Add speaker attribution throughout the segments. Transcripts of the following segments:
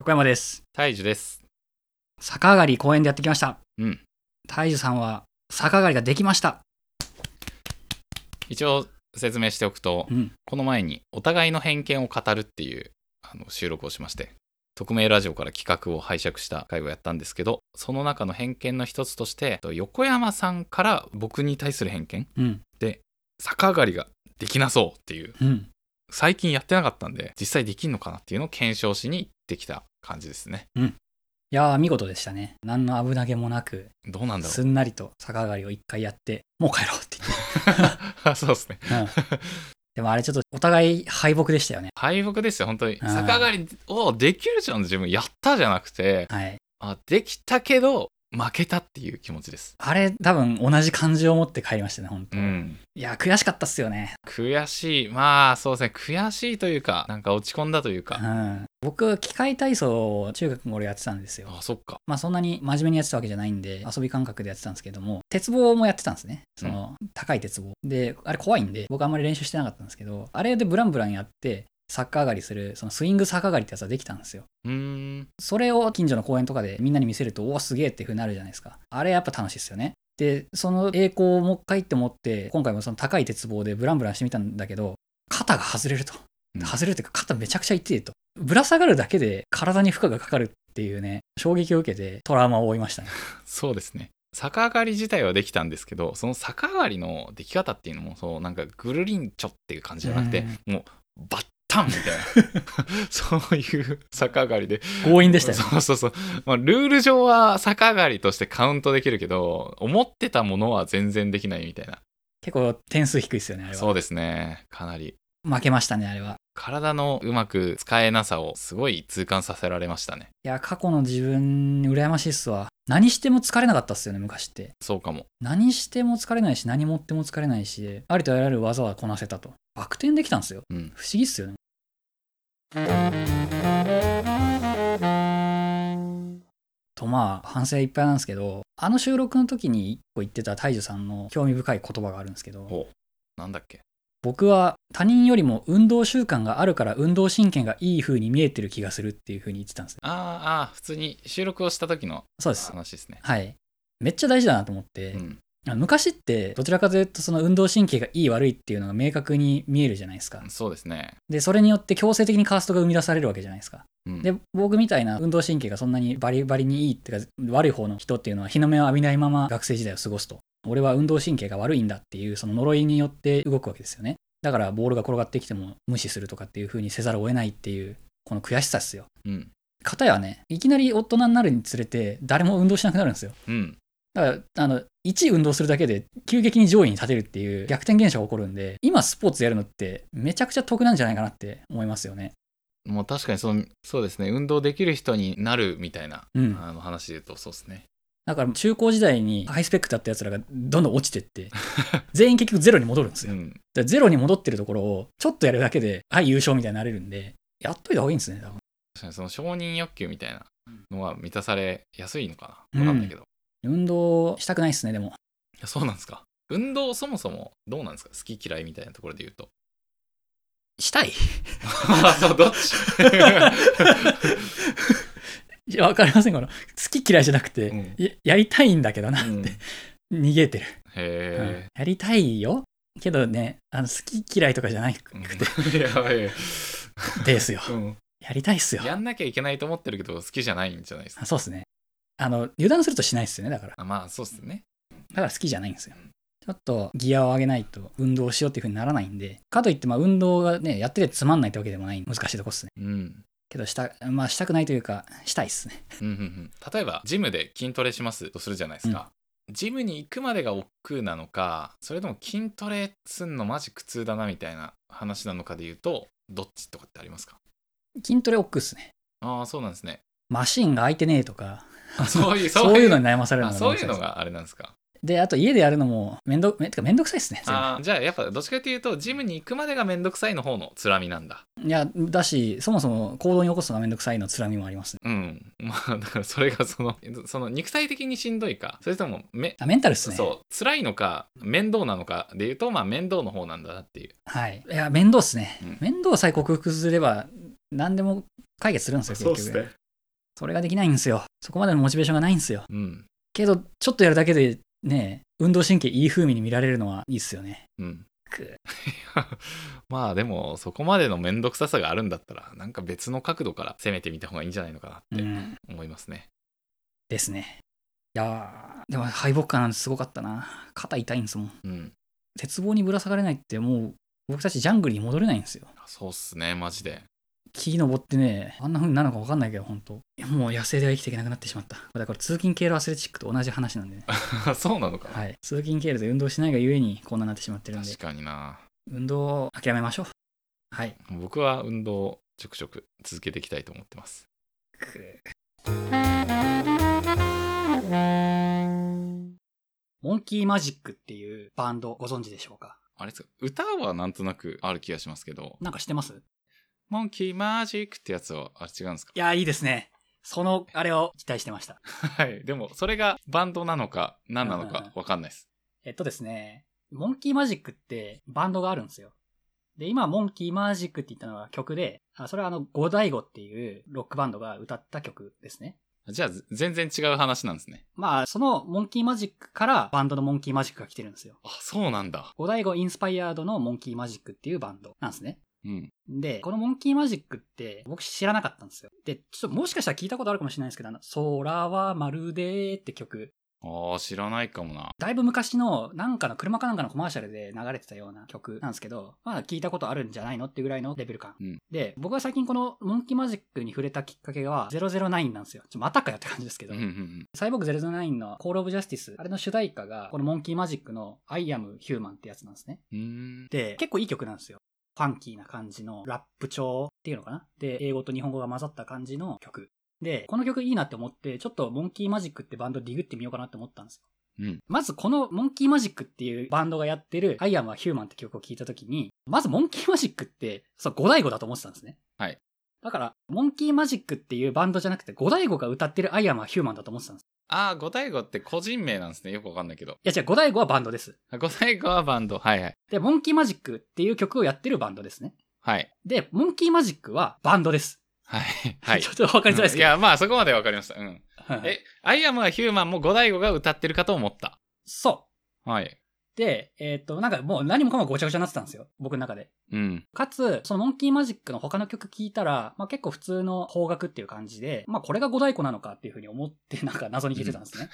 Speaker 1: 横山です。
Speaker 2: 大樹です。
Speaker 1: 逆上がり公園でやってきました。
Speaker 2: うん。
Speaker 1: 大樹さんは逆上がりができました。
Speaker 2: 一応説明しておくと、
Speaker 1: うん。
Speaker 2: この前にお互いの偏見を語るっていうあの収録をしまして、匿名ラジオから企画を拝借した回をやったんですけど、その中の偏見の一つとして、と横山さんから僕に対する偏見、
Speaker 1: うん。
Speaker 2: 逆上がりができなそうっていう、
Speaker 1: うん。
Speaker 2: 最近やってなかったんで、実際できんのかなっていうのを検証しに行ってきた感じですね。
Speaker 1: いやー、見事でしたね。何の危なげもなく、
Speaker 2: どうなんだろ
Speaker 1: すんなりと逆上がりを一回やって、もう帰ろうって
Speaker 2: う。 そうですね。
Speaker 1: 言って。うん。 でもあれちょっとお互い敗北でしたよね。
Speaker 2: 敗北ですよ、本当に。
Speaker 1: あー
Speaker 2: 逆上がりをできるじゃん、自分。やったじゃなくて、
Speaker 1: はい。
Speaker 2: あできたけど負けたっていう気持ちです。
Speaker 1: あれ多分同じ感じを持って帰りましたね、本当、
Speaker 2: うん、
Speaker 1: いやー、悔しかったっすよね。
Speaker 2: 悔しいまあそうですね悔しいというかなんか落ち込んだという
Speaker 1: う
Speaker 2: か、
Speaker 1: ん。僕、機械体操を中学の頃やってたんですよ。
Speaker 2: あそっか
Speaker 1: まあそんなに真面目にやってたわけじゃないんで遊び感覚でやってたんですけども鉄棒もやってたんですねその高い鉄棒、であれ怖いんで僕あんまり練習してなかったんですけどあれでブランブランやってサッカー上がりするそのスイング逆上がりってやつはできたんですよ
Speaker 2: うーん
Speaker 1: それを近所の公園とかでみんなに見せるとおおすげえっていう風になるじゃないですかあれやっぱ楽しいですよねでその栄光をもう一回って思って今回もその高い鉄棒でブランブランしてみたんだけど肩が外れると
Speaker 2: うん
Speaker 1: 外れるというか肩めちゃくちゃ痛いとぶら下がるだけで体に負荷がかかるっていうね衝撃を受けてトラウマを負いま したね
Speaker 2: そうですね逆上がり自体はできたんですけどその逆上がりの出来方っていうのもそうなんかぐるりんちょっていう感じじゃなくて、もうバッタンみたいな そういう逆上がりで
Speaker 1: 強引でしたよね
Speaker 2: そうそうそう、まあ、ルール上は逆上がりとしてカウントできるけど思ってたものは全然できないみたいな
Speaker 1: 結構点数低いですよねあれは
Speaker 2: そうですねかなり
Speaker 1: 負けましたねあれは
Speaker 2: 体のうまく使えなさをすごい痛感させられましたね
Speaker 1: いや過去の自分羨ましいっすわ何しても疲れなかったっすよね昔って
Speaker 2: そうかも
Speaker 1: 何しても疲れないし何持っても疲れないしありとあらゆる技はこなせたとバク転できたんですよ
Speaker 2: うん
Speaker 1: 不思議っすよねとまあ反省いっぱいなんですけどあの収録の時に一個言ってた大樹さんの興味深い言葉があるんですけど
Speaker 2: ほうなんだっけ
Speaker 1: 僕は他人よりも運動習慣があるから運動神経がいい風に見えてる気がするっていう風に言ってたんです
Speaker 2: あーあー普通に収録をした時の
Speaker 1: そうです
Speaker 2: 話ですね
Speaker 1: はいめっちゃ大事だなと思って
Speaker 2: う、ん
Speaker 1: あの昔ってどちらかというとその運動神経がいい悪いっていうのが明確に見えるじゃないですか
Speaker 2: そうですね
Speaker 1: でそれによって強制的にカーストが生み出されるわけじゃないですか
Speaker 2: うん
Speaker 1: で僕みたいな運動神経がそんなにバリバリにいいっていうか悪い方の人っていうのは日の目を浴びないまま学生時代を過ごすと俺は運動神経が悪いんだっていうその呪いによって動くわけですよねだからボールが転がってきても無視するとかっていう風にせざるを得ないっていうこの悔しさっすよ
Speaker 2: うん
Speaker 1: 片やねいきなり大人になるにつれて誰も運動しなくなるんですよ
Speaker 2: うん
Speaker 1: だからあの1運動するだけで急激に上位に立てるっていう逆転現象が起こるんで今スポーツやるのってめちゃくちゃ得なんじゃないかなって思いますよね
Speaker 2: もう確かにそのそうですね運動できる人になるみたいな、
Speaker 1: うん
Speaker 2: あの話で言うとそうですね
Speaker 1: だから中高時代にハイスペックだったやつらがどんどん落ちてって 全員結局ゼロに戻るんです
Speaker 2: う
Speaker 1: よだか
Speaker 2: ん
Speaker 1: らゼロに戻ってるところをちょっとやるだけではい優勝みたいになれるんでやっといた方がいいんですね多分
Speaker 2: 確かにその承認欲求みたいなのは満たされやすいのかなわかんないけど、い
Speaker 1: 運動したくないっすねでも
Speaker 2: やそうなんですか運動そもそもどうなんですか好き嫌いみたいなところで言うと
Speaker 1: したい
Speaker 2: あそうどっち
Speaker 1: いやわかりませんこの好き嫌いじゃなくて、
Speaker 2: うん
Speaker 1: ややりたいんだけどな、
Speaker 2: うんへ
Speaker 1: 逃げてるうん
Speaker 2: え、
Speaker 1: やりたいよけどねあの好き嫌いとかじゃなく
Speaker 2: うん
Speaker 1: て
Speaker 2: やばい、
Speaker 1: ですよ
Speaker 2: うん
Speaker 1: やりたいっすよ
Speaker 2: やんなきゃいけないと思ってるけど好きじゃないんじゃないですか
Speaker 1: あそうっすねあの油断するとしないっすよねだから
Speaker 2: あまあそうっすね
Speaker 1: だから好きじゃないんですよちょっとギアを上げないと運動しようっていう風にならないんでかといってまあ運動がねやっててつまんないってわけでもない難しいとこっすね
Speaker 2: うん
Speaker 1: けどしたまあしたくないというかしたいっすね
Speaker 2: うんうんうん例えばジムで筋トレしますとするじゃないですか、ジムに行くまでが億劫なのかそれとも筋トレすんのマジ苦痛だなみたいな話なのかで言うとどっちとかってありますか
Speaker 1: 筋トレ億劫っすね
Speaker 2: ああそうなんで すね
Speaker 1: マシンが空いてねえとか
Speaker 2: あそういう
Speaker 1: そういうのに悩まされる
Speaker 2: あ
Speaker 1: のが
Speaker 2: そう
Speaker 1: めんどく
Speaker 2: い
Speaker 1: さ
Speaker 2: う
Speaker 1: いっす
Speaker 2: のがあれなんですか
Speaker 1: であと家でやるのもめんどめてかめんどくさいっすね全部
Speaker 2: あーじゃあやっぱどっちかっていうとジムに行くまでがめんどくさいの方のつらみなんだ
Speaker 1: いやだしそもそも行動に起こすのがめんどくさいのつらみもありますね
Speaker 2: うん まあだからそれがそのその肉体的にしんどいかそれともめ
Speaker 1: あメンタルっすね
Speaker 2: そう辛いのか面倒なのかで言うとまあ面倒の方なんだなっていう
Speaker 1: はい。いや、面倒っすね。
Speaker 2: うん
Speaker 1: 面倒さえ克服すれば、何でも解決するんですよ、結局。それができないんですよ。そこまでのモチベーションがないんですよ。
Speaker 2: うん。
Speaker 1: けど、ちょっとやるだけでね、運動神経いい風味に見られるのはいいっすよね。
Speaker 2: うん。
Speaker 1: くー
Speaker 2: まあでも、そこまでの面倒くささがあるんだったら、なんか別の角度から攻めてみた方がいいんじゃないのかな
Speaker 1: う
Speaker 2: って
Speaker 1: ん、
Speaker 2: 思いますね。
Speaker 1: ですね。いやー、でも敗北感なんてすごかったな。肩痛いんですもん。
Speaker 2: うん。
Speaker 1: 鉄棒にぶら下がれないってもう、僕たちジャングルに戻れないんですよ。
Speaker 2: そうっすね、マジで。
Speaker 1: 木登ってね、あんな風になるのか分かんないけど、本当もう野生では生きていけなくなってしまった。だから通勤経路アスレチックと同じ話なんでね。
Speaker 2: そうなのかな。
Speaker 1: はい。通勤経路で運動しないがゆえに、こんなになってしまってるんで
Speaker 2: 確、かにな。
Speaker 1: 運動を諦めましょう。はい。
Speaker 2: 僕は運動をちょくちょく続けていきたいと思ってます。
Speaker 1: モンキーマジックっていうバンドご存知でしょうか
Speaker 2: あれですか歌はなんとなくある気がしますけど、
Speaker 1: なんか知ってます
Speaker 2: モンキーマジックってやつは、あれ違うんですか
Speaker 1: いや、いいですね。その、あれを期待してました。
Speaker 2: はい。でも、それがバンドなのか、何なの
Speaker 1: うんうんう
Speaker 2: か
Speaker 1: ん
Speaker 2: わかんないです。
Speaker 1: えっとですね、モンキーマジックってバンドがあるんですよ。で、今、モンキーマジックって言ったのが曲で、あそれはあの、ゴダイゴっていうロックバンドが歌った曲ですね。
Speaker 2: じゃあ、ぜ全然違う話なんですね。
Speaker 1: まあ、そのモンキーマジックからバンドのモンキーマジックが来てるんですよ。
Speaker 2: あ、そうなんだ。
Speaker 1: ゴダイゴインスパイアードのモンキーマジックっていうバンドなんですね。
Speaker 2: うん。
Speaker 1: で、このモンキーマジックって僕知らなかったんですよ。で、ちょっともしかしたら聞いたことあるかもしれないんですけど、あの、空はまるでって曲、
Speaker 2: ああ、知らないかもな。
Speaker 1: だいぶ昔のなんかの車かなんかのコマーシャルで流れてたような曲なんですけど、まあ聞いたことあるんじゃないのってぐらいのレベル感。
Speaker 2: うん
Speaker 1: で、僕が最近このモンキーマジックに触れたきっかけが009なんですよ。ちょまたかよって感じですけ
Speaker 2: う
Speaker 1: ど
Speaker 2: んう。ん
Speaker 1: サイボーグ009のコールオブジャスティス、あれの主題歌がこのモンキーマジックの I am human ってやつなんですね。
Speaker 2: うん。うーん。
Speaker 1: で、結構いい曲なんですよ。ファンキーな感じのラップ調っていうのかなで、英語と日本語が混ざった感じの曲。で、この曲いいなって思って、ちょっとモンキーマジックってバンドディグってみようかなって思ったんですよ。
Speaker 2: うん
Speaker 1: まずこのモンキーマジックっていうバンドがやってる I am a human って曲を聴いたときに、まずモンキーマジックって、そう、五大語だと思ってたんですね。
Speaker 2: はい。
Speaker 1: だから、モンキーマジックっていうバンドじゃなくて、五大語が歌ってる I am a human だと思ってたんです。
Speaker 2: ああ、五大悟って個人名なんですね。よくわかんないけど。
Speaker 1: いや違う、五大語はバンドです。
Speaker 2: あ五大悟はバンド。はいはい。
Speaker 1: で、モンキーマジックっていう曲をやってるバンドですね。
Speaker 2: はい。
Speaker 1: で、モンキーマジックはバンドです。
Speaker 2: はい。は い。
Speaker 1: ちょっとわかりづらいです
Speaker 2: うんい
Speaker 1: けど。
Speaker 2: や、まあ、そこまでわかりました。うん。
Speaker 1: はい
Speaker 2: え、アイアムはヒューマンも五大悟が歌ってるかと思った。
Speaker 1: そ
Speaker 2: はい。
Speaker 1: う。で、えっ、と、なんかもう何もかもごちゃごちゃになってたんですよ。僕の中で。
Speaker 2: うん。
Speaker 1: かつ、そのモンキーマジックの他の曲聴いたら、まあ結構普通の方角っていう感じで、まあこれが五大鼓なのかっていうふうに思って、なんか謎に聞いてたんですね。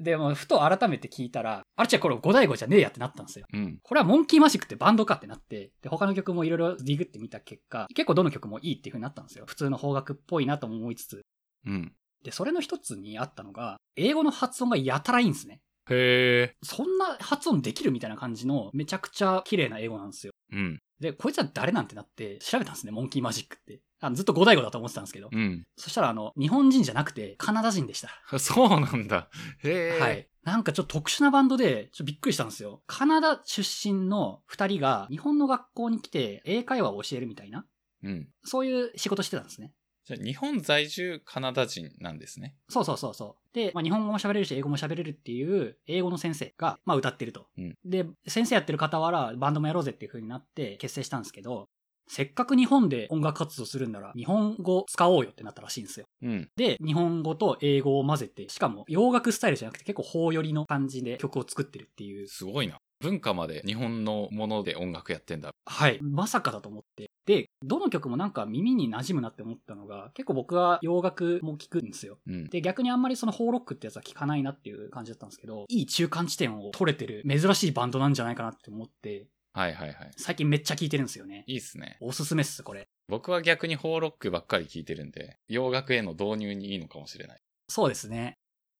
Speaker 1: でも、ふと改めて聞いたら、あれ違う、これ五大鼓じゃねえやってなったんですよ。
Speaker 2: うん。
Speaker 1: これはモンキーマジックってバンドかってなって、で、他の曲もいろいろディグってみた結果、結構どの曲もいいっていうふうになったんですよ。普通の方角っぽいなとも思いつつ。
Speaker 2: うん。
Speaker 1: で、それの一つにあったのが、英語の発音がやたらいいんですね。
Speaker 2: へえ。
Speaker 1: そんな発音できるみたいな感じのめちゃくちゃ綺麗な英語なんですよ。
Speaker 2: うん。
Speaker 1: で、こいつは誰なんてなって調べたんですね、モンキーマジックって。あのずっと五大語だと思ってたんですけど。
Speaker 2: うん。
Speaker 1: そしたら、あの、日本人じゃなくてカナダ人でした。
Speaker 2: そうなんだ。へえ。
Speaker 1: はい。なんかちょっと特殊なバンドで、ちょっとびっくりしたんですよ。カナダ出身の二人が日本の学校に来て英会話を教えるみたいな、
Speaker 2: うん。
Speaker 1: そういう仕事してたんですね。
Speaker 2: じゃあ日本在住カナダ人なんですね。
Speaker 1: そうそうそうそう。で、まあ、日本語も喋れるし、英語も喋れるっていう、英語の先生が、まあ、歌ってると。
Speaker 2: うん
Speaker 1: で、先生やってる傍ら、バンドもやろうぜっていう風になって結成したんですけど、せっかく日本で音楽活動するんなら、日本語使おうよってなったらしいんですよ。
Speaker 2: うん。
Speaker 1: で、日本語と英語を混ぜて、しかも洋楽スタイルじゃなくて結構法寄りの感じで曲を作ってるっていう。
Speaker 2: すごいな。文化まで日本のもので音楽やってんだ。
Speaker 1: はい。まさかだと思って。で、どの曲もなんか耳に馴染むなって思ったのが、結構僕は洋楽も聴くんですよ。
Speaker 2: うん。
Speaker 1: で、逆にあんまりそのホーロックってやつは聞かないなっていう感じだったんですけど、いい中間地点を取れてる珍しいバンドなんじゃないかなって思って、
Speaker 2: はいはいはい。
Speaker 1: 最近めっちゃ聞いてるんですよね。
Speaker 2: いいっすね。
Speaker 1: おすすめっす、これ。
Speaker 2: 僕は逆にホーロックばっかり聞いてるんで、洋楽への導入にいいのかもしれない。
Speaker 1: そうですね。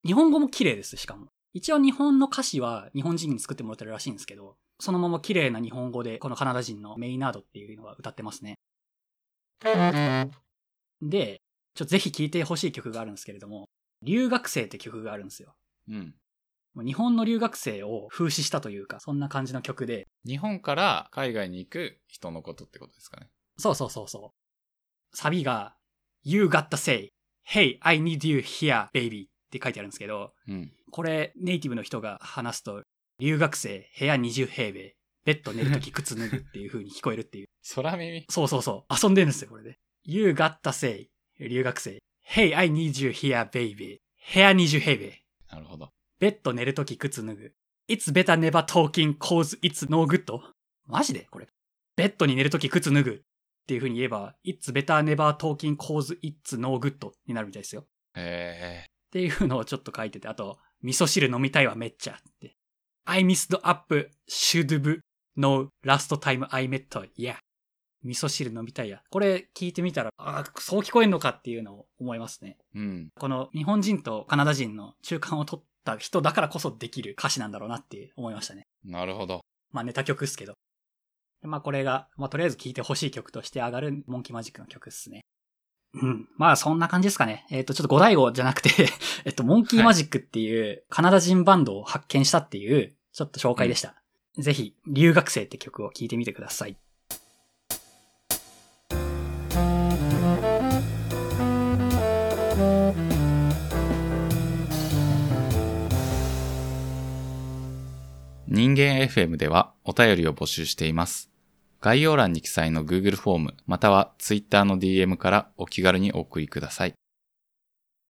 Speaker 1: 日本語も綺麗です、しかも。一応日本の歌詞は日本人に作ってもらってるらしいんですけど、そのまま綺麗な日本語でこのカナダ人のメイナードっていうのは歌ってますね。で、ちょっとぜひ聴いてほしい曲があるんですけれども、留学生って曲があるんですよ。
Speaker 2: うん。
Speaker 1: もう日本の留学生を風刺したというか、そんな感じの曲で、
Speaker 2: 日本から海外に行く人のことってことですかね。
Speaker 1: そうそうそうそう。サビが、You gotta say, Hey, I need you here, baby って書いてあるんですけど、
Speaker 2: うん。
Speaker 1: これネイティブの人が話すと、留学生、部屋20平米、ベッド寝るとき靴脱ぐっていう風に聞こえるっていう。
Speaker 2: 空耳
Speaker 1: そうそうそう。遊んでるんですよ、これで。You gotta say, 留学生、 Hey, I need you here, baby. Here, I need you, hey, baby.
Speaker 2: なるほど。
Speaker 1: ベッド寝るとき靴脱ぐ。It's better never talking cause it's no good. マジでこれ。ベッドに寝るとき靴脱ぐ。っていう風に言えば、It's better never talking cause it's no good になるみたいですよ。っ
Speaker 2: え
Speaker 1: ていうのをちょっと書いてて、あと、味噌汁飲みたいわめっちゃって。I missed up should be no last time I met yeah. 味噌汁飲みたいや。これ聞いてみたら、ああ、そう聞こえんのかっていうのを思いますね。
Speaker 2: ーうん。
Speaker 1: この日本人とカナダ人の中間を取った人だからこそできる歌詞なんだろうなって思いましたね。
Speaker 2: なるほど。
Speaker 1: まあネタ曲っすけど。でまあこれが、まあとりあえず聴いてほしい曲として上がるモンキーマジックの曲っすね。うん。まあそんな感じですかね。えっ、と、ちょっと五大号じゃなくて、 えっと、モンキーマジックっていうカナダ人バンドを発見したっていう、ちょっと紹介でした。ぜひ、留学生って曲を聴いてみてください。
Speaker 2: 人間 FM ではお便りを募集しています。概要欄に記載の Google フォームまたは Twitter の DM からお気軽にお送りください。